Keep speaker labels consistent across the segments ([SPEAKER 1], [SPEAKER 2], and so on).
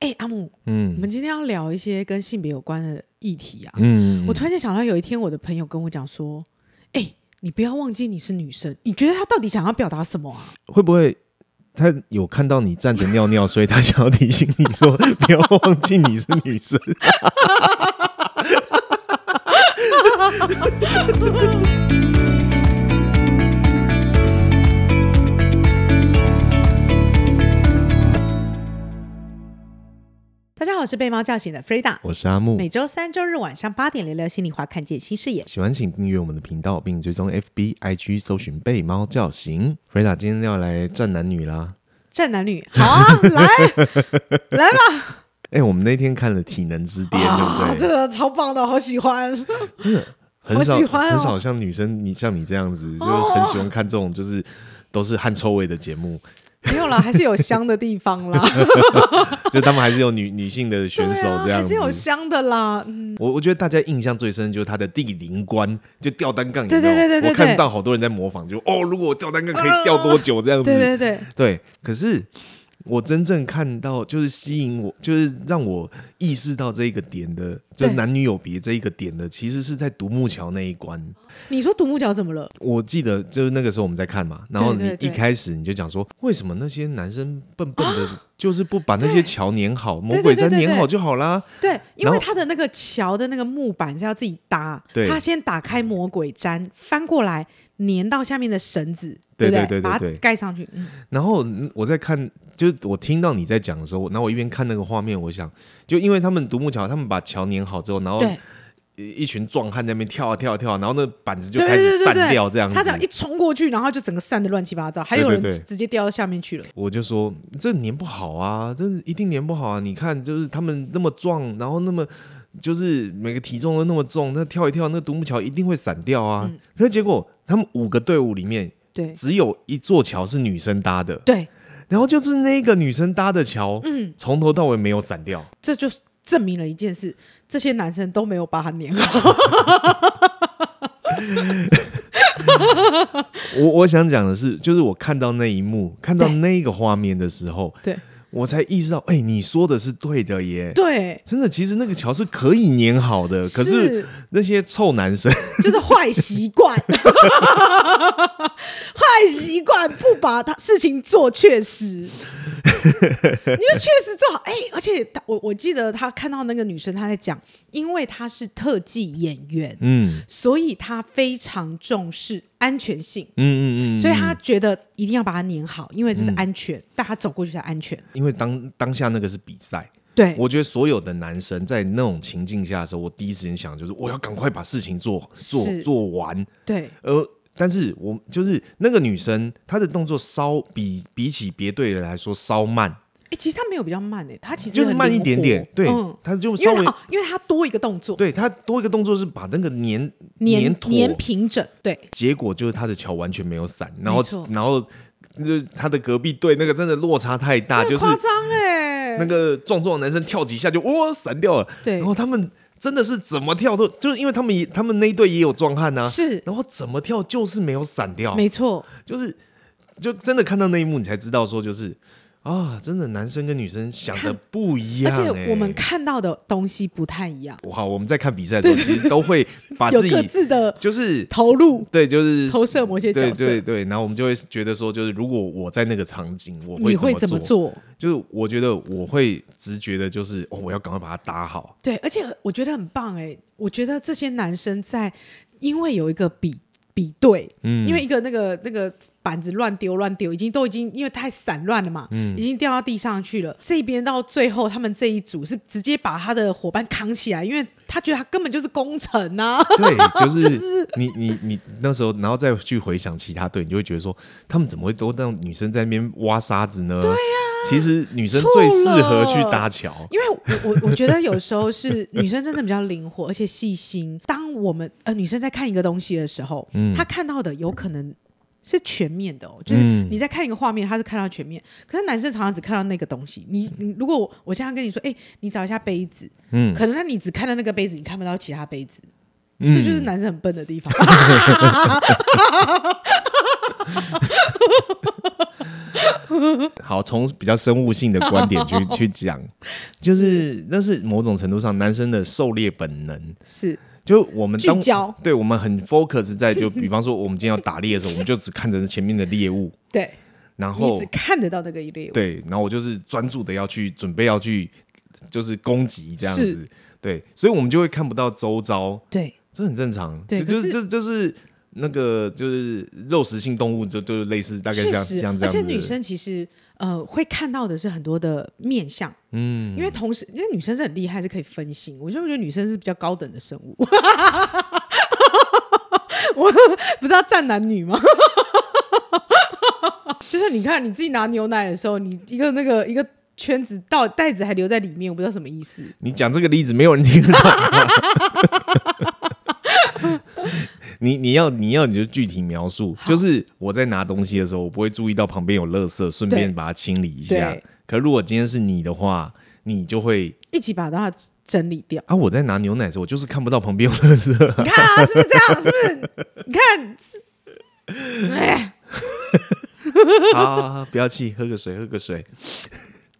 [SPEAKER 1] 哎，阿姆，我
[SPEAKER 2] 嗯
[SPEAKER 1] 们今天要聊一些跟性别有关的议题啊。
[SPEAKER 2] 嗯，
[SPEAKER 1] 我突然间想到，有一天我的朋友跟我讲说：“哎、你不要忘记你是女生，你觉得他到底想要表达什么啊？”
[SPEAKER 2] 会不会他有看到你站着尿尿，所以他想要提醒你说 不要忘记你是女生？
[SPEAKER 1] 大家好，我是被猫叫醒的 Frida，
[SPEAKER 2] 我是阿木，
[SPEAKER 1] 每周三、周日晚上八点聊聊心里话，看见新视野。
[SPEAKER 2] 喜欢请订阅我们的频道，并追踪 FB、IG，搜寻“被猫叫醒”。瑞达今天要来站男女啦。
[SPEAKER 1] 站男女，好 啊，来来吧！
[SPEAKER 2] 哎、我们那天看了《体能之巅》对不对？
[SPEAKER 1] 个超棒的，好喜欢。
[SPEAKER 2] 很少、
[SPEAKER 1] 好喜欢哦
[SPEAKER 2] 很少像女生你像你这样子，就是很喜欢看这种就是都是汗臭味的节目，
[SPEAKER 1] 没有啦，还是有香的地方啦，
[SPEAKER 2] 就他们还是有女女性的选手
[SPEAKER 1] 对啊
[SPEAKER 2] 这样
[SPEAKER 1] 还
[SPEAKER 2] 子
[SPEAKER 1] 是。有香的啦。嗯，
[SPEAKER 2] 我我觉得大家印象最深就是他的第零关，就吊单杠，有没有
[SPEAKER 1] 对对对对对
[SPEAKER 2] 我看到好多人在模仿，就哦，如果我吊单杠可以吊多久这样子，
[SPEAKER 1] 啊对对对，
[SPEAKER 2] 对，可是我真正看到，就是吸引我，就是让我意识到这一个点的，就
[SPEAKER 1] 对
[SPEAKER 2] 男女有别这一个点的，其实是在独木桥那一关。
[SPEAKER 1] 你说独木桥怎么了？
[SPEAKER 2] 我记得就是那个时候我们在看嘛，然后
[SPEAKER 1] 对
[SPEAKER 2] 你
[SPEAKER 1] 对对
[SPEAKER 2] 一开始你就讲说，为什么那些男生笨笨的，就是不把那些桥粘好，
[SPEAKER 1] 啊
[SPEAKER 2] 魔
[SPEAKER 1] 对
[SPEAKER 2] 鬼
[SPEAKER 1] 对
[SPEAKER 2] 毡
[SPEAKER 1] 对对
[SPEAKER 2] 粘好
[SPEAKER 1] 对
[SPEAKER 2] 就好啦。
[SPEAKER 1] 对，因
[SPEAKER 2] 然
[SPEAKER 1] 为
[SPEAKER 2] 后
[SPEAKER 1] 它的那个桥的那个木板是要自己搭，
[SPEAKER 2] 对
[SPEAKER 1] 他先打开魔鬼毡，翻过来粘到下面的绳子，
[SPEAKER 2] 对
[SPEAKER 1] 不
[SPEAKER 2] 对对对
[SPEAKER 1] 把
[SPEAKER 2] 对
[SPEAKER 1] 它盖上去。嗯，
[SPEAKER 2] 然后嗯我在看，就是我听到你在讲的时候，然后我一边看那个画面，我想，就因为他们独木桥，他们把桥粘好之后，然后
[SPEAKER 1] 对，
[SPEAKER 2] 一群壮汉在那边跳啊跳啊跳啊，然后那板子就
[SPEAKER 1] 对
[SPEAKER 2] 开
[SPEAKER 1] 对
[SPEAKER 2] 始
[SPEAKER 1] 对
[SPEAKER 2] 散
[SPEAKER 1] 对
[SPEAKER 2] 掉这样
[SPEAKER 1] 对，
[SPEAKER 2] 子。
[SPEAKER 1] 他只要一冲过去，然后就整个散的乱七八糟，还有人
[SPEAKER 2] 对对对
[SPEAKER 1] 直接掉到下面去了。
[SPEAKER 2] 我就说这粘不好啊，这一定粘不好啊！你看，就是他们那么壮，然后那么就是每个体重都那么重，那跳一跳，那独木桥一定会散掉啊。
[SPEAKER 1] 嗯
[SPEAKER 2] 可是结果他们五个队伍里面
[SPEAKER 1] 对
[SPEAKER 2] 只有一座桥是女生搭的，
[SPEAKER 1] 对，
[SPEAKER 2] 然后就是那个女生搭的桥，
[SPEAKER 1] 嗯，
[SPEAKER 2] 从头到尾没有散掉。
[SPEAKER 1] 这就是证明了一件事：这些男生都没有把它粘好。
[SPEAKER 2] 我我想讲的是，就是我看到那一幕，看到
[SPEAKER 1] 对
[SPEAKER 2] 那个画面的时候，
[SPEAKER 1] 对
[SPEAKER 2] 我才意识到，哎、你说的是对的耶。
[SPEAKER 1] 对，
[SPEAKER 2] 真的，其实那个桥是可以粘好的，可是那些臭男生，
[SPEAKER 1] 就是坏习惯， 坏习惯不把他事情做确实，你就确实做好。哎、而且他我我记得他看到那个女生，他在讲，因为她是特技演员，
[SPEAKER 2] 嗯
[SPEAKER 1] 所以她非常重视安全性。
[SPEAKER 2] 嗯嗯嗯，嗯
[SPEAKER 1] 所以她觉得一定要把它粘好，因为这是安全，大家走过去才安全。
[SPEAKER 2] 因为当当下那个是比赛，
[SPEAKER 1] 对，
[SPEAKER 2] 我觉得所有的男生在那种情境下的时候，我第一时间想的就是我要赶快把事情做做
[SPEAKER 1] 是
[SPEAKER 2] 做完，
[SPEAKER 1] 对，
[SPEAKER 2] 而但是我就是那个女生，她的动作稍比比起别队人来说稍慢，
[SPEAKER 1] 哎、其实她没有比较慢诶、她其实
[SPEAKER 2] 就是
[SPEAKER 1] 很
[SPEAKER 2] 慢一
[SPEAKER 1] 灵活
[SPEAKER 2] 点点，对
[SPEAKER 1] 嗯，，
[SPEAKER 2] 她就
[SPEAKER 1] 因
[SPEAKER 2] 稍
[SPEAKER 1] 为
[SPEAKER 2] 微
[SPEAKER 1] 她哦，因为她多一个动作，
[SPEAKER 2] 对她多一个动作是把那个粘
[SPEAKER 1] 粘
[SPEAKER 2] 妥
[SPEAKER 1] 粘平整，对，
[SPEAKER 2] 结果就是他的桥完全没有散，然后
[SPEAKER 1] 没错
[SPEAKER 2] 然后就是他的隔壁队那个真的落差太大，啊就是
[SPEAKER 1] 夸张哎、
[SPEAKER 2] 那个壮壮的男生跳几下就哇、散掉了，
[SPEAKER 1] 对
[SPEAKER 2] 然后他们真的是怎么跳都就是因为他们也他们那一队也有壮汉呐、啊
[SPEAKER 1] 是
[SPEAKER 2] 然后怎么跳就是没有散掉，
[SPEAKER 1] 没错，
[SPEAKER 2] 就是就真的看到那一幕你才知道说就是啊，真的男生跟女生想的不一
[SPEAKER 1] 而
[SPEAKER 2] 样、欸，
[SPEAKER 1] 且我们看到的东西不太一样，
[SPEAKER 2] 好，我们在看比赛的时候，其实都会把
[SPEAKER 1] 有
[SPEAKER 2] 自己
[SPEAKER 1] 各自的
[SPEAKER 2] 就是
[SPEAKER 1] 投入，
[SPEAKER 2] 对，就是
[SPEAKER 1] 投射某些角色
[SPEAKER 2] 对对对，然后我们就会觉得说，就是如果我在那个场景，我
[SPEAKER 1] 你会怎
[SPEAKER 2] 怎么
[SPEAKER 1] 么？做？
[SPEAKER 2] 就是我觉得我会直觉的，就是哦，我要赶快把它打好。
[SPEAKER 1] 对，而且我觉得很棒哎、我觉得这些男生在因为有一个比。比对，
[SPEAKER 2] 嗯
[SPEAKER 1] 因为一个那个那个板子乱丢乱丢，已经都已经因为太散乱了嘛，已经掉到地上去了。这边到最后，他们这一组是直接把他的伙伴扛起来，因为他觉得他根本就是功臣啊。
[SPEAKER 2] 对，就是你你你那时候，然后再去回想其他队，你就会觉得说，他们怎么会都让女生在那边挖沙子呢？对呀、其实女生最适合去搭桥。
[SPEAKER 1] 因为我我我觉得有时候是女生真的比较灵活，而且细心。当我们呃女生在看一个东西的时候，她看到的有可能是全面的哦，就是
[SPEAKER 2] 嗯
[SPEAKER 1] 你在看一个画面，她是看到全面。可是男生常常只看到那个东西。你你如果我我现在跟你说，哎、你找一下杯子，
[SPEAKER 2] 嗯
[SPEAKER 1] 可能那你只看到那个杯子，你看不到其他杯子。
[SPEAKER 2] 嗯
[SPEAKER 1] 这就是男生很笨的地方。
[SPEAKER 2] 好，从比较生物性的观点 去去讲，就是那是某种程度上男生的狩猎本能。
[SPEAKER 1] 是
[SPEAKER 2] 就我们当
[SPEAKER 1] 聚焦
[SPEAKER 2] 对我们很 focus 在，就比方说我们今天要打猎的 时候，我们就只看着前面的猎物，
[SPEAKER 1] 对，
[SPEAKER 2] 然
[SPEAKER 1] 你
[SPEAKER 2] 后
[SPEAKER 1] 只看得到那个猎物，
[SPEAKER 2] 哦对，然后我就是专注的要去准备要去就是攻击这样
[SPEAKER 1] 是
[SPEAKER 2] 子，对，所以我们就会看不到周遭，
[SPEAKER 1] 对
[SPEAKER 2] 这很正常，
[SPEAKER 1] 对
[SPEAKER 2] 就
[SPEAKER 1] 可
[SPEAKER 2] 就是这就是那个就是肉食性动物就就是类似大概
[SPEAKER 1] 确
[SPEAKER 2] 像
[SPEAKER 1] 实
[SPEAKER 2] 像，
[SPEAKER 1] 而
[SPEAKER 2] 这样子
[SPEAKER 1] 且
[SPEAKER 2] 的，
[SPEAKER 1] 女生其实呃会看到的是很多的面相，
[SPEAKER 2] 嗯，
[SPEAKER 1] 因为同时，因为女生是很厉害，是可以分心。我就觉得女生是比较高等的生物。 我不是要站男女吗？ 就是你看你自己拿牛奶的时候，你一个那个一个圈子到袋子还留在里面，我不知道什么意思。
[SPEAKER 2] 你讲这个例子，没有人听得懂。 你你要你要你就具体描述，
[SPEAKER 1] 好
[SPEAKER 2] 就是我在拿东西的时候，我不会注意到旁边有垃圾，顺便
[SPEAKER 1] 对
[SPEAKER 2] 把它清理一下
[SPEAKER 1] 对。
[SPEAKER 2] 可如果今天是你的话，你就会
[SPEAKER 1] 一起把它整理掉。
[SPEAKER 2] 啊，我在拿牛奶的时候，我就是看不到旁边有垃圾。
[SPEAKER 1] 你看啊，是不是这样？是不是？你看，是哎，
[SPEAKER 2] 好好，好啊不要气，喝个水，喝个水。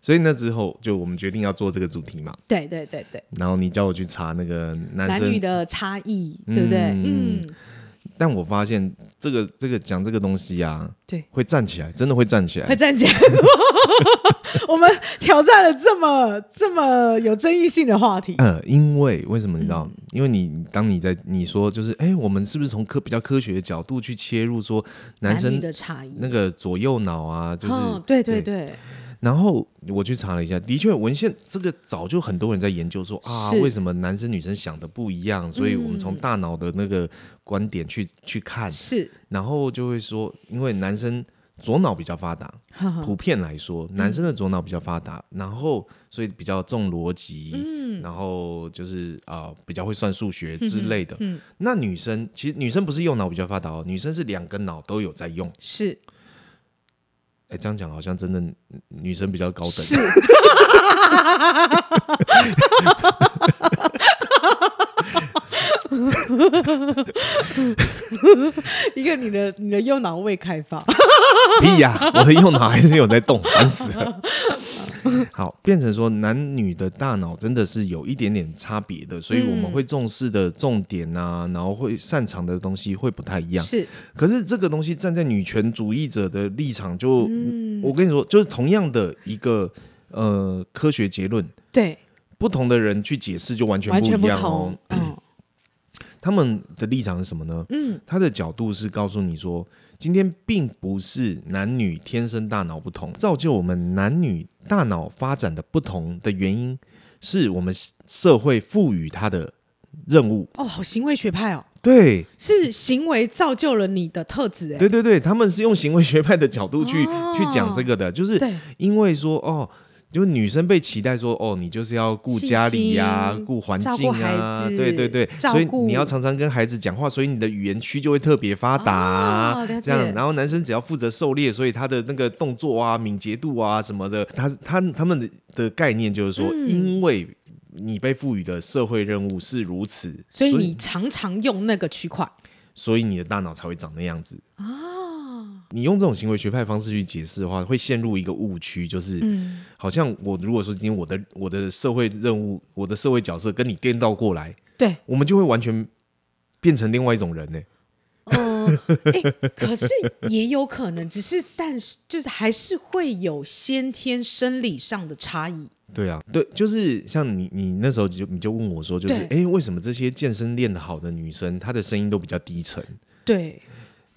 [SPEAKER 2] 所以那之后，就我们决定要做这个主题嘛。
[SPEAKER 1] 对对对对，
[SPEAKER 2] 然后你叫我去查那个男
[SPEAKER 1] 男
[SPEAKER 2] 生
[SPEAKER 1] 女的差异，对不对？
[SPEAKER 2] 嗯
[SPEAKER 1] 嗯，
[SPEAKER 2] 但我发现这个这个讲这个东西啊，
[SPEAKER 1] 对，
[SPEAKER 2] 会站起来，真的会站起来
[SPEAKER 1] 会。站起来。 我们挑战了这么这么有争议性的话题，
[SPEAKER 2] 呃，因为为什么你知道？
[SPEAKER 1] 嗯
[SPEAKER 2] 因为你当你在你说就是，哎、我们是不是从科比较科学的角度去切入说男
[SPEAKER 1] 男女
[SPEAKER 2] 生
[SPEAKER 1] 的差异。
[SPEAKER 2] 那个左右脑啊，就是、
[SPEAKER 1] 哦，对对对，
[SPEAKER 2] 然后我去查了一下，的确文献这个早就很多人在研究说啊，
[SPEAKER 1] 是嗯
[SPEAKER 2] 为什么男生女生想的不一样？所以我们从大脑的那个观点去去看，
[SPEAKER 1] 是，
[SPEAKER 2] 然后就会说，因为男生左脑比较发达，
[SPEAKER 1] 呵呵
[SPEAKER 2] 普遍来说，男生的左脑比较发达，然后所以比较重逻辑，然后就是啊、呃比较会算数学之类的。
[SPEAKER 1] 嗯
[SPEAKER 2] 那女生其实女生不是右脑比较发达哦，女生是两个脑都有在用。
[SPEAKER 1] 是
[SPEAKER 2] 哎，这样讲好像真的嗯女生比较高
[SPEAKER 1] 是
[SPEAKER 2] 等。，
[SPEAKER 1] 一个你的你的右脑未开发，
[SPEAKER 2] 屁呀、我的右脑还是有在动， 烦死 了。好，变成说男女的大脑真的是有一点点差别的，所以我
[SPEAKER 1] 嗯
[SPEAKER 2] 们会重视的重点啊，然后会擅长的东西会不太一样。
[SPEAKER 1] 是
[SPEAKER 2] 可是这个东西站在女权主义者的立场就，
[SPEAKER 1] 嗯
[SPEAKER 2] 我跟你说，就是同样的一个呃科学结论，
[SPEAKER 1] 对，
[SPEAKER 2] 不同的人去解释就完全
[SPEAKER 1] 完全
[SPEAKER 2] 不
[SPEAKER 1] 不
[SPEAKER 2] 一样哦
[SPEAKER 1] 同。，嗯，
[SPEAKER 2] 他们的立场是什么呢？嗯，他的角度是告诉你说，今天并不是男女天生大脑不同，造就我们男女大脑发展的不同的原因，是我们社会赋予他的任务。
[SPEAKER 1] 哦，好行为学派哦，
[SPEAKER 2] 对，
[SPEAKER 1] 是行为造就了你的特质，哎，
[SPEAKER 2] 对对对，他们是用行为学派的角度去、去讲这个的，就是
[SPEAKER 1] 哦对，
[SPEAKER 2] 因为说哦，就女生被期待说哦，你就是要顾家里呀、
[SPEAKER 1] 细心
[SPEAKER 2] 顾环
[SPEAKER 1] 照
[SPEAKER 2] 境
[SPEAKER 1] 顾
[SPEAKER 2] 啊
[SPEAKER 1] 孩，子
[SPEAKER 2] 对对对，
[SPEAKER 1] 照
[SPEAKER 2] 所以
[SPEAKER 1] 顾
[SPEAKER 2] 你要常常跟孩子讲话，所以你的语言区就会特别发达、啊
[SPEAKER 1] 哦了解
[SPEAKER 2] 这样，然后男生只要负责狩猎，所以他的那个动作啊、敏捷度啊什么的，他他他们的的概念就是说，
[SPEAKER 1] 嗯
[SPEAKER 2] 因为你被赋予的社会任务是如此，
[SPEAKER 1] 所以你常常用那个区块
[SPEAKER 2] 所以你的大脑才会长那样子啊。你用这种行为学派方式去解释的话，会陷入一个误区，就是、
[SPEAKER 1] 嗯
[SPEAKER 2] 好像我如果说今天我的我的社会任务、我的社会角色跟你颠倒过来，
[SPEAKER 1] 对，
[SPEAKER 2] 我们就会完全变成另外一种人呢、
[SPEAKER 1] 呃，哎、可是也有可能，只是但是就是还是会有先天生理上的差异。
[SPEAKER 2] 对啊，对，就是像你，你那时候就你就问我说，就是哎，
[SPEAKER 1] 对
[SPEAKER 2] 诶为什么这些健身练得好的女生，她的声音都比较低沉？
[SPEAKER 1] 对，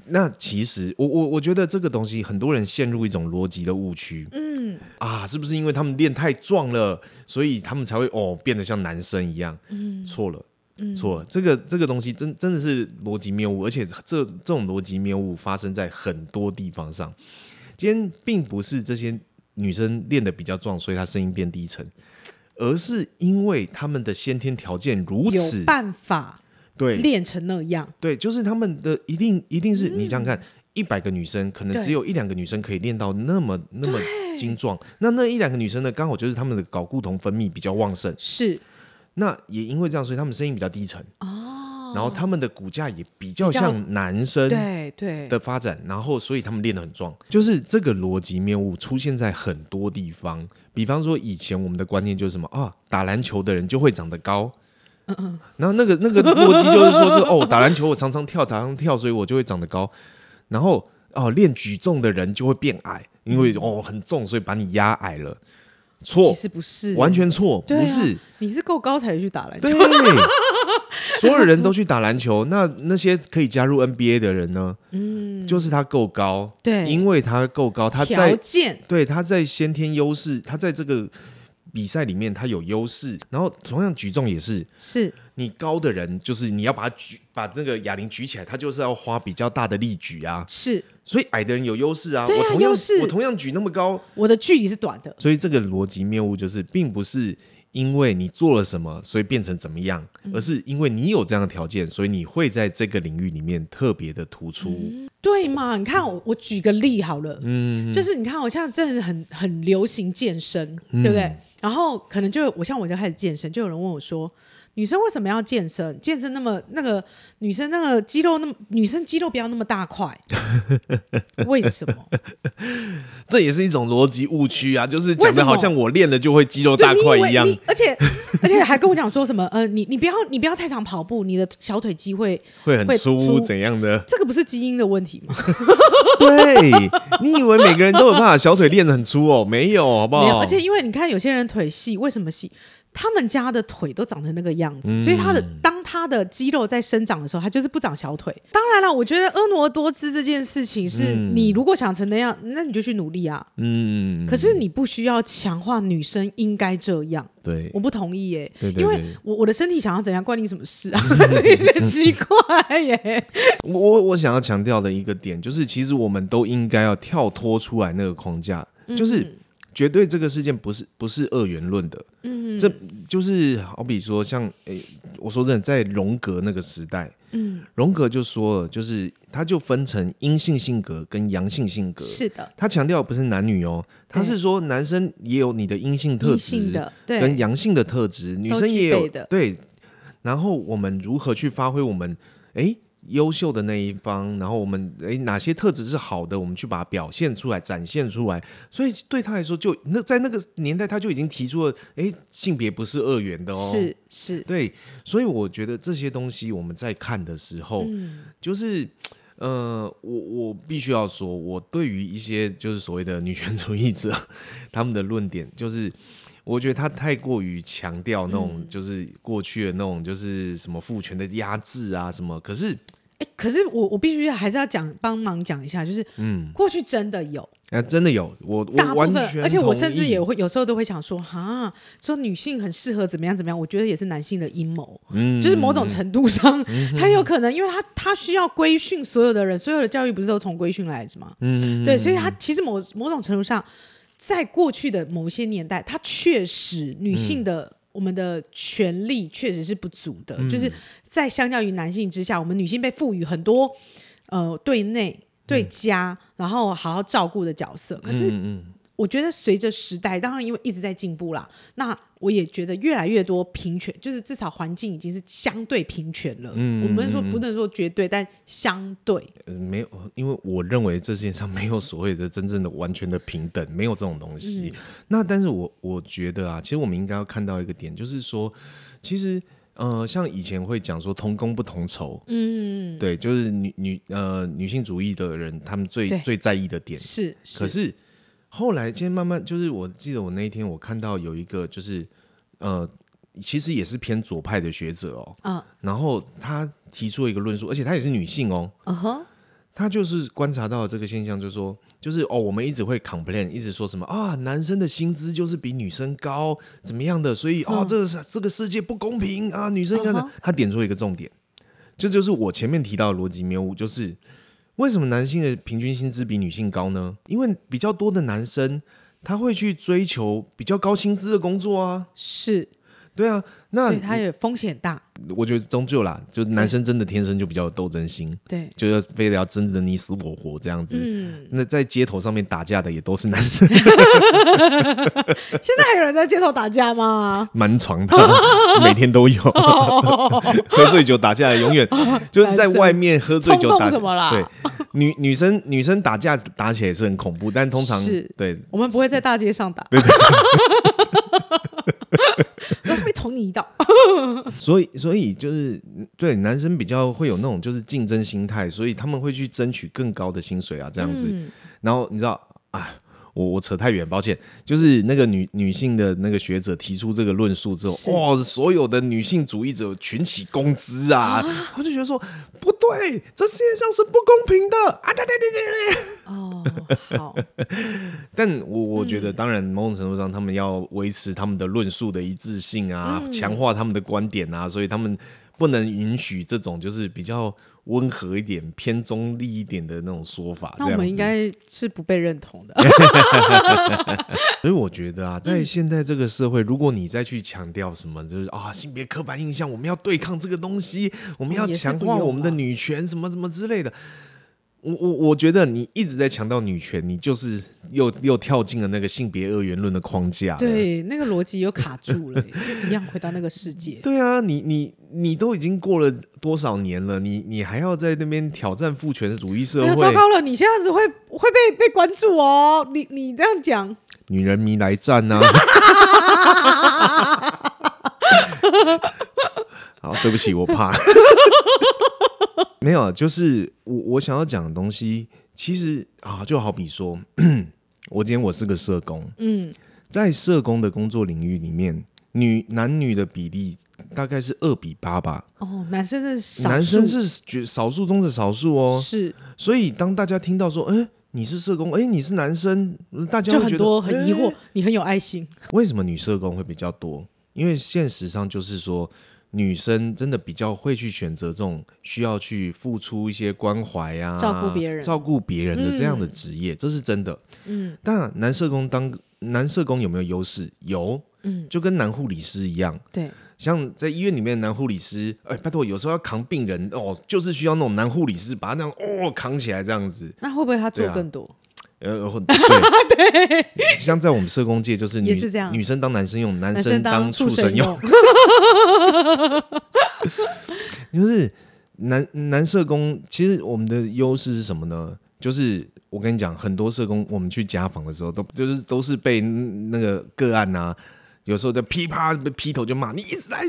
[SPEAKER 2] 那其实，我我我觉得这个东西，很多人陷入一种逻辑的误区，嗯啊，是不是因为他们练太壮了，所以他们才会哦变得像男生一样？嗯，错了，错了，这个这个东西真真的是逻辑谬误，而且这这种逻辑谬误发生在很多地方上。今天并不是这些女生练得比较壮，所以她声音变低沉，而是因为她们的先天条件如
[SPEAKER 1] 有
[SPEAKER 2] 此，
[SPEAKER 1] 办法
[SPEAKER 2] 对，
[SPEAKER 1] 练成那样。
[SPEAKER 2] 对，就是他们的一定一定是、你想想看，一百个女生可能
[SPEAKER 1] 嗯对
[SPEAKER 2] 只有一两个女生可以练到那么那么精壮，那那一两个女生呢，刚好就是她们的睾固酮分泌比较旺盛，
[SPEAKER 1] 是
[SPEAKER 2] 那也因为这样，所以她们声音比较低沉。
[SPEAKER 1] 哦，
[SPEAKER 2] 然后他们的骨架也比较像男生
[SPEAKER 1] 对对
[SPEAKER 2] 的发展，然后所以他们练得很壮，就是这个逻辑谬误出现在很多地方。比方说，以前我们的观念就是什么啊，打篮球的人就会长得高。嗯嗯，然后那个那个逻辑就是说， 就哦，打篮球我常常跳，打常跳，所以我就会长得高。然后哦，练举重的人就会变矮，因为哦很重，所以把你压矮了。
[SPEAKER 1] 嗯其
[SPEAKER 2] 错，
[SPEAKER 1] 实不是，
[SPEAKER 2] 完全错，
[SPEAKER 1] 对啊
[SPEAKER 2] 不是。
[SPEAKER 1] 你是够高才去打篮球，
[SPEAKER 2] 对，所有人都去打篮球，那那些可以加入 NBA 的人呢？嗯，就是他够高，
[SPEAKER 1] 对
[SPEAKER 2] 因为他够高，他
[SPEAKER 1] 条
[SPEAKER 2] 在
[SPEAKER 1] 件
[SPEAKER 2] 对他在先天优势，他在这个比赛里面他有优势。然后同样举重也是，
[SPEAKER 1] 是
[SPEAKER 2] 你高的人就是你要把他举把那个哑铃举起来，他就是要花比较大的力举啊，
[SPEAKER 1] 是，
[SPEAKER 2] 所以矮的人有优势啊。
[SPEAKER 1] 对啊
[SPEAKER 2] 我同样
[SPEAKER 1] 优势
[SPEAKER 2] 我同样举那么高，
[SPEAKER 1] 我的距离是短的，
[SPEAKER 2] 所以这个逻辑谬误就是，并不是因为你做了什么，所以变成怎么样，而是因为你有这样的条件，所以你会在这个领域里面特别的突出。
[SPEAKER 1] 对嘛？你看我，我举个例好了，嗯，就是你看我现在真的很很流行健身，
[SPEAKER 2] 嗯
[SPEAKER 1] 对不对？然后可能就我像我就开始健身，就有人问我说，女生为什么要健身？健身那么那个女生那个肌肉那么女生肌肉不要那么大 块，为什么？
[SPEAKER 2] 这也是一种逻辑误区啊，就是
[SPEAKER 1] 为
[SPEAKER 2] 讲
[SPEAKER 1] 什
[SPEAKER 2] 的
[SPEAKER 1] 么
[SPEAKER 2] 好像我练了就会肌肉大
[SPEAKER 1] 对
[SPEAKER 2] 块
[SPEAKER 1] 你以为
[SPEAKER 2] 一样
[SPEAKER 1] 你。而且而且还跟我讲说什么？呃，你你不要你不要太常跑步，你的小腿肌会。
[SPEAKER 2] 会很
[SPEAKER 1] 会
[SPEAKER 2] 粗
[SPEAKER 1] 粗？
[SPEAKER 2] 怎样的
[SPEAKER 1] 这个不是基因的问题吗？
[SPEAKER 2] 对，你 以为每个人都有办法小腿练得很粗哦？没有，好不
[SPEAKER 1] 没有，
[SPEAKER 2] 好？
[SPEAKER 1] 而且因为你看有些人腿细，为什么细？他们家的腿都长成那个样子，
[SPEAKER 2] 嗯
[SPEAKER 1] 所以他的当他的肌肉在生长的时候，他就是不长小腿。当然了，我觉得婀娜多姿这件事情是、你如果想成那样，那你就去努力啊。
[SPEAKER 2] 嗯，
[SPEAKER 1] 可是你不需要强化女生应该这样，
[SPEAKER 2] 对
[SPEAKER 1] 我不同意耶、
[SPEAKER 2] 对对对
[SPEAKER 1] 因为我我的身体想要怎样，关你什么 事啊？有点奇怪耶、
[SPEAKER 2] 我我我想要强调的一个点就是，其实我们都应该要跳脱出来那个框架，嗯就是绝对这个事件不是不是二元论的，嗯，这就是好比说像诶、我说真的，在荣格那个时代，嗯，荣格就说了，就是他就分成阴性性格跟阳性性格，
[SPEAKER 1] 是的，
[SPEAKER 2] 他强调不是男女哦，他是说男生也有你的阴性特
[SPEAKER 1] 阴
[SPEAKER 2] 质，
[SPEAKER 1] 性的
[SPEAKER 2] 跟
[SPEAKER 1] 对，
[SPEAKER 2] 阳性的特质，女生
[SPEAKER 1] 具
[SPEAKER 2] 也有
[SPEAKER 1] 备的
[SPEAKER 2] 对。然后我们如何去发挥我们诶优秀的那一方，然后我们诶哪些特质是好的，我们去把它表现出来、展现出来。所以对他来说就，那在那个年代，他就已经提出了诶性别不是二元的哦。
[SPEAKER 1] 是是，
[SPEAKER 2] 对，所以我觉得这些东西我们在看的时候，
[SPEAKER 1] 嗯
[SPEAKER 2] 就是。呃，我我必须要说，我对于一些就是所谓的女权主义者，他们的论点，就是我觉得他太过于强调
[SPEAKER 1] 嗯
[SPEAKER 2] 那种就是过去的那种就是什么父权的压制啊什么，可是
[SPEAKER 1] 哎、可是我我必须还是要讲帮忙讲一下，就是嗯，过去真的有。
[SPEAKER 2] 啊、真的有我我
[SPEAKER 1] 大部
[SPEAKER 2] 完
[SPEAKER 1] 分
[SPEAKER 2] 全，
[SPEAKER 1] 而且我
[SPEAKER 2] 同
[SPEAKER 1] 甚至
[SPEAKER 2] 意
[SPEAKER 1] 也会有时候都会想说，哈，说女性很适合怎么样怎么样，我觉得也是男性的阴谋，
[SPEAKER 2] 嗯
[SPEAKER 1] 就是某种程度上，很有可能，因为他他需要规训所有的人，所有的教育不是都从规训来的吗？
[SPEAKER 2] 嗯
[SPEAKER 1] 对，所以他其实某某种程度上，在过去的某些年代，他确实
[SPEAKER 2] 嗯
[SPEAKER 1] 女性的、我们的权利确实是不足的，
[SPEAKER 2] 嗯
[SPEAKER 1] 就是在相较于男性之下，我们女性被赋予很多呃对内。
[SPEAKER 2] 嗯
[SPEAKER 1] 对家，然后好好照顾的角色，可是我觉得随着时代，当然因为一直在进步啦，那我也觉得越来越多平权，就是至少环境已经是相对平权了。
[SPEAKER 2] 嗯
[SPEAKER 1] 我们说不能说绝对，但相对
[SPEAKER 2] 呃没有，因为我认为这世界上没有所谓的真正的完全的平等，没有这种东西。那但是我我觉得啊，其实我们应该要看到一个点，就是说，其实呃，像以前会讲说同工不同酬，嗯，对，就是女女呃女性主义的人，他们最
[SPEAKER 1] 对
[SPEAKER 2] 最在意的点。
[SPEAKER 1] 是
[SPEAKER 2] 可是后来，今天慢慢就是，我记得我那一天我看到有一个就是呃，其实也是偏左派的学者哦，
[SPEAKER 1] 嗯
[SPEAKER 2] 然后他提出了一个论述，而且她也是女性哦，
[SPEAKER 1] 嗯哼，
[SPEAKER 2] 他就是观察到这个现象，就是说，就是哦，我们一直会 complain，一直说什么啊，男生的薪资就是比女生高，怎么样的，所以哦，这个是这个世界不公平啊，女生应该
[SPEAKER 1] 嗯
[SPEAKER 2] 的
[SPEAKER 1] 哼。
[SPEAKER 2] 他点出一个重点，这就是我前面提到的逻辑谬误，就是为什么男性的平均薪资比女性高呢？因为比较多的男生他会去追求比较高薪资的工作啊，
[SPEAKER 1] 是
[SPEAKER 2] 对啊，那
[SPEAKER 1] 所以他也风险大。
[SPEAKER 2] 我觉得终究啦，就是男生真的天生就比较有斗争心，
[SPEAKER 1] 对，
[SPEAKER 2] 就要非得要争得你死我活这样子。
[SPEAKER 1] 嗯，
[SPEAKER 2] 那在街头上面打架的也都是 男生，
[SPEAKER 1] 现在还有人在街头打架吗？
[SPEAKER 2] 蛮床的，每 天都有。喝醉酒打架的永远就是在外面喝醉酒打
[SPEAKER 1] 哦冲动什么啦
[SPEAKER 2] 架。对，女女生女生打架打起来也是很恐怖，但通常
[SPEAKER 1] 是
[SPEAKER 2] 对
[SPEAKER 1] 我们不会在大街上打， 我会被捅你一刀。
[SPEAKER 2] 所以，所以就是对男生比较会有那种就是竞争心态，所以他们会去争取更高的薪水啊，这样子。然后你知道啊，我我扯太远，抱歉。就是那个女女性的那个学者提出这个论述之后，
[SPEAKER 1] 是
[SPEAKER 2] 哇、所有的女性主义者群起攻之啊！我就觉得说不对，这世界上是不公平的啊！对对对对
[SPEAKER 1] 哦，
[SPEAKER 2] 对。
[SPEAKER 1] 好，
[SPEAKER 2] 但我我觉得，
[SPEAKER 1] 嗯
[SPEAKER 2] 当然某种程度上，他们要维持他们的论述的一致性啊，
[SPEAKER 1] 嗯
[SPEAKER 2] 强化他们的观点啊，所以他们不能允许这种就是比较温和一点、偏中立一点的那种说法。
[SPEAKER 1] 那
[SPEAKER 2] 这
[SPEAKER 1] 我
[SPEAKER 2] 样
[SPEAKER 1] 们
[SPEAKER 2] 子
[SPEAKER 1] 应，该是不被认同的。
[SPEAKER 2] 所以我觉得
[SPEAKER 1] 嗯
[SPEAKER 2] 啊，在现在这个社会，如果你再去强调什么，就是啊性别刻板印象，我们要对抗这个东西，我们
[SPEAKER 1] 哦
[SPEAKER 2] 要
[SPEAKER 1] 也是
[SPEAKER 2] 强
[SPEAKER 1] 不
[SPEAKER 2] 化
[SPEAKER 1] 用
[SPEAKER 2] 我们的
[SPEAKER 1] 啦
[SPEAKER 2] 女权，什么什么之类的。我我我觉得你一直在强调女权，你就是又又跳进了那个性别二元论的框架了。
[SPEAKER 1] 对，那个逻辑又卡住了， 就一样回到那个世界。
[SPEAKER 2] 对啊，你你你都已经过了多少年了，你你还要在那边挑战父权主义社
[SPEAKER 1] 哎呦，糟
[SPEAKER 2] 会，
[SPEAKER 1] 糕了！你这样子会会被被关注哦。你你这样讲，
[SPEAKER 2] 女人迷来战啊呐、 好，对不起，我怕。 没有，啊就是我我想要讲的东西，其实啊，就好比说，我今天我是个社工，
[SPEAKER 1] 嗯，
[SPEAKER 2] 在社工的工作领域里面，女男女的比例大概是二比八吧，
[SPEAKER 1] 哦，男生是少数
[SPEAKER 2] 男生是绝少数中的少数哦，
[SPEAKER 1] 是
[SPEAKER 2] 所以当大家听到说，哎、你是社工，哎、你是男生，大家
[SPEAKER 1] 就
[SPEAKER 2] 会觉
[SPEAKER 1] 很
[SPEAKER 2] 得
[SPEAKER 1] 多很疑惑
[SPEAKER 2] 诶，
[SPEAKER 1] 你很有爱心，
[SPEAKER 2] 为什么女社工会比较多？因为现实上就是说，女生真的比较会去选择这种需要去付出一些关怀呀、
[SPEAKER 1] 照顾别人
[SPEAKER 2] 照顾别人的这样的职业，这是真的。
[SPEAKER 1] 嗯，
[SPEAKER 2] 但男社工当男社工有没有优势？有，
[SPEAKER 1] 嗯，
[SPEAKER 2] 就跟男护理师一样，
[SPEAKER 1] 对，
[SPEAKER 2] 像在医院里面的男护理师，哎、拜托，有时候要扛病人哦，就是需要那种男护理师把他那样哦扛起来这样子。
[SPEAKER 1] 那会不会他做
[SPEAKER 2] 对啊
[SPEAKER 1] 更多？
[SPEAKER 2] 呃，或对，像在我们社工界，就是女
[SPEAKER 1] 也是这样
[SPEAKER 2] 女生当男生用，男
[SPEAKER 1] 生
[SPEAKER 2] 生当畜
[SPEAKER 1] 畜
[SPEAKER 2] 生
[SPEAKER 1] 生
[SPEAKER 2] 用，，就是男男社工。其实我们的优势是什么呢？就是我跟你讲，很多社工我们去家访的时候，都就是都是被那个个案啊，有时候在噼啪被劈头就骂，你一直来，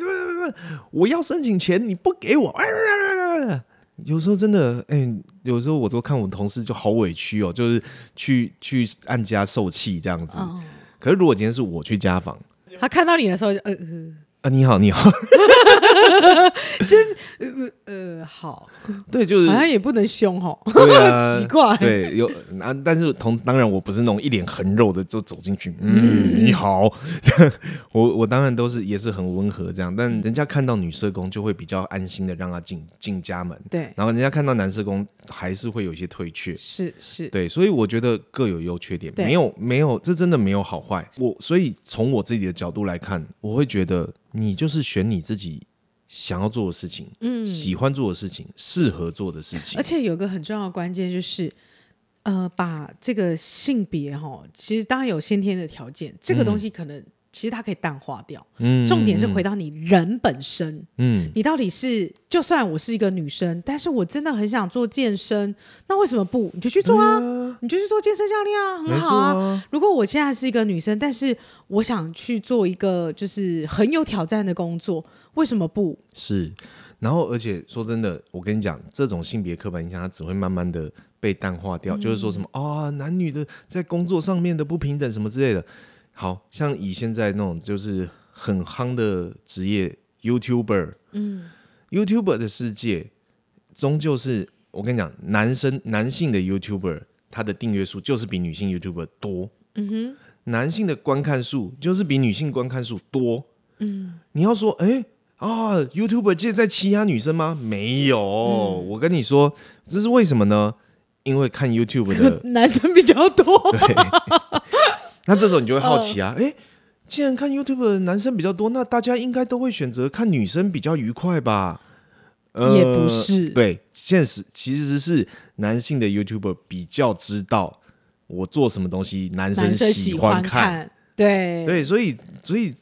[SPEAKER 2] 我要申请钱，你不给我， 哎哎哎哎有时候真的，哎、有时候我都看我同事就好委屈哦，就是去去按家受气这样子。
[SPEAKER 1] 哦，
[SPEAKER 2] 可是如果今天是我去家访
[SPEAKER 1] 他看到你的时候就呃呃，
[SPEAKER 2] 啊，你好，你好，
[SPEAKER 1] 先呃呃好，
[SPEAKER 2] 对，就是
[SPEAKER 1] 好像也不能凶哦，
[SPEAKER 2] 对啊，
[SPEAKER 1] 奇怪
[SPEAKER 2] 对，有啊，但是同当然我不是那种一脸横肉的就走进去，嗯，你好， 我我当然都是也是很温和这样，但人家看到女社工就会比较安心的让她进进家门，
[SPEAKER 1] 对，
[SPEAKER 2] 然后人家看到男社工还是会有一些退却。
[SPEAKER 1] 是是，
[SPEAKER 2] 对，所以我觉得各有优缺点，
[SPEAKER 1] 对
[SPEAKER 2] 没有没有，这真的没有好坏。我所以从我自己的角度来看，我会觉得你就是选你自己想要做的事情，嗯，喜欢做的事情，适合做的事情
[SPEAKER 1] 而。且有一个很重要的关键就是，呃，把这个性别哈，其实当然有先天的条件，这个东西可能、其实它可以淡化掉。
[SPEAKER 2] 嗯
[SPEAKER 1] 重点是回到你人本身，
[SPEAKER 2] 嗯，
[SPEAKER 1] 你到底是就算我是一个女生，但是我真的很想做健身，那为什么不？你就去做啊，你就去做健身教练啊，
[SPEAKER 2] 哎没
[SPEAKER 1] 很
[SPEAKER 2] 错
[SPEAKER 1] 好啊。如果我现在是一个女生，但是我想去做一个就是很有挑战的工作，为什么不？
[SPEAKER 2] 是。然后，而且说真的，我跟你讲，这种性别刻板印象，它只会慢慢的被淡化掉。就是说什么啊、男女的在工作上面的不平等什么之类的。好像以现在那种就是很夯的职业 YouTuber，
[SPEAKER 1] 嗯，
[SPEAKER 2] YouTuber 的世界，终究是我跟你讲，男生男性的 YouTuber 他的订阅数就是比女性 YouTuber 多，
[SPEAKER 1] 嗯
[SPEAKER 2] 男性的观看数就是比女性观看数多。嗯，你要说，哎、啊，YouTuber 界在欺压女生吗？没有，
[SPEAKER 1] 嗯
[SPEAKER 2] 我跟你说，这是为什么呢？因为看 YouTube 的
[SPEAKER 1] 哼，男生比较多。嗯
[SPEAKER 2] 那这时候你就会好奇啊，哎、既然看 YouTube 的男生比较多，那大家应该都会选择看女生比较愉快吧？呃
[SPEAKER 1] 也不是
[SPEAKER 2] 对，现实其实是男性的 YouTuber 比较知道我做什么东西，男
[SPEAKER 1] 男生
[SPEAKER 2] 喜
[SPEAKER 1] 喜欢
[SPEAKER 2] 看。
[SPEAKER 1] 看，对，
[SPEAKER 2] 对，所以所以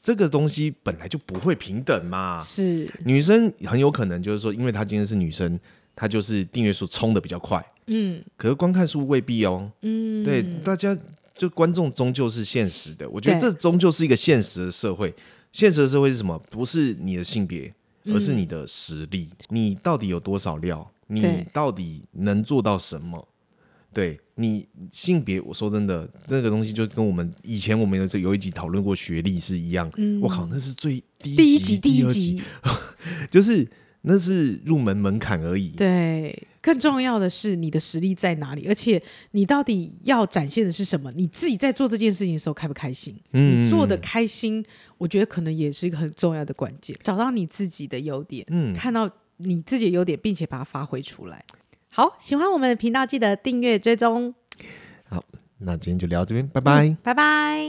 [SPEAKER 2] 这个东西本来就不会平等嘛。
[SPEAKER 1] 是，
[SPEAKER 2] 女生很有可能就是说，因为她今天是女生，她就是订阅数冲的比较快，
[SPEAKER 1] 嗯
[SPEAKER 2] 可是观看数未必哦。
[SPEAKER 1] 嗯，
[SPEAKER 2] 对，大家就观众终究是现实的，我觉得
[SPEAKER 1] 对
[SPEAKER 2] 这终究是一个现实的社会。现实的社会是什么？不是你的性别，
[SPEAKER 1] 嗯
[SPEAKER 2] 而是你的实力，你到底有多少料，你
[SPEAKER 1] 对
[SPEAKER 2] 到底能做到什么？对你性别，我说真的，那个东西就跟我们以前我们有这有一集讨论过学历是一样。我靠，那是最低
[SPEAKER 1] 嗯第一
[SPEAKER 2] 集、
[SPEAKER 1] 集第一
[SPEAKER 2] 二
[SPEAKER 1] 集，
[SPEAKER 2] 就是那是入门门槛而已。
[SPEAKER 1] 对。更重要的是你的实力在哪里，而且你到底要展现的是什么？你自己在做这件事情的时候开不开心？
[SPEAKER 2] 嗯
[SPEAKER 1] 你做的开心，我觉得可能也是一个很重要的关键。找到你自己的优点，
[SPEAKER 2] 嗯
[SPEAKER 1] 看到你自己的优点，并且把它发挥出来。好，喜欢我们的频道，记得订阅追踪，
[SPEAKER 2] 那今天就聊到这边，拜拜。
[SPEAKER 1] 拜拜。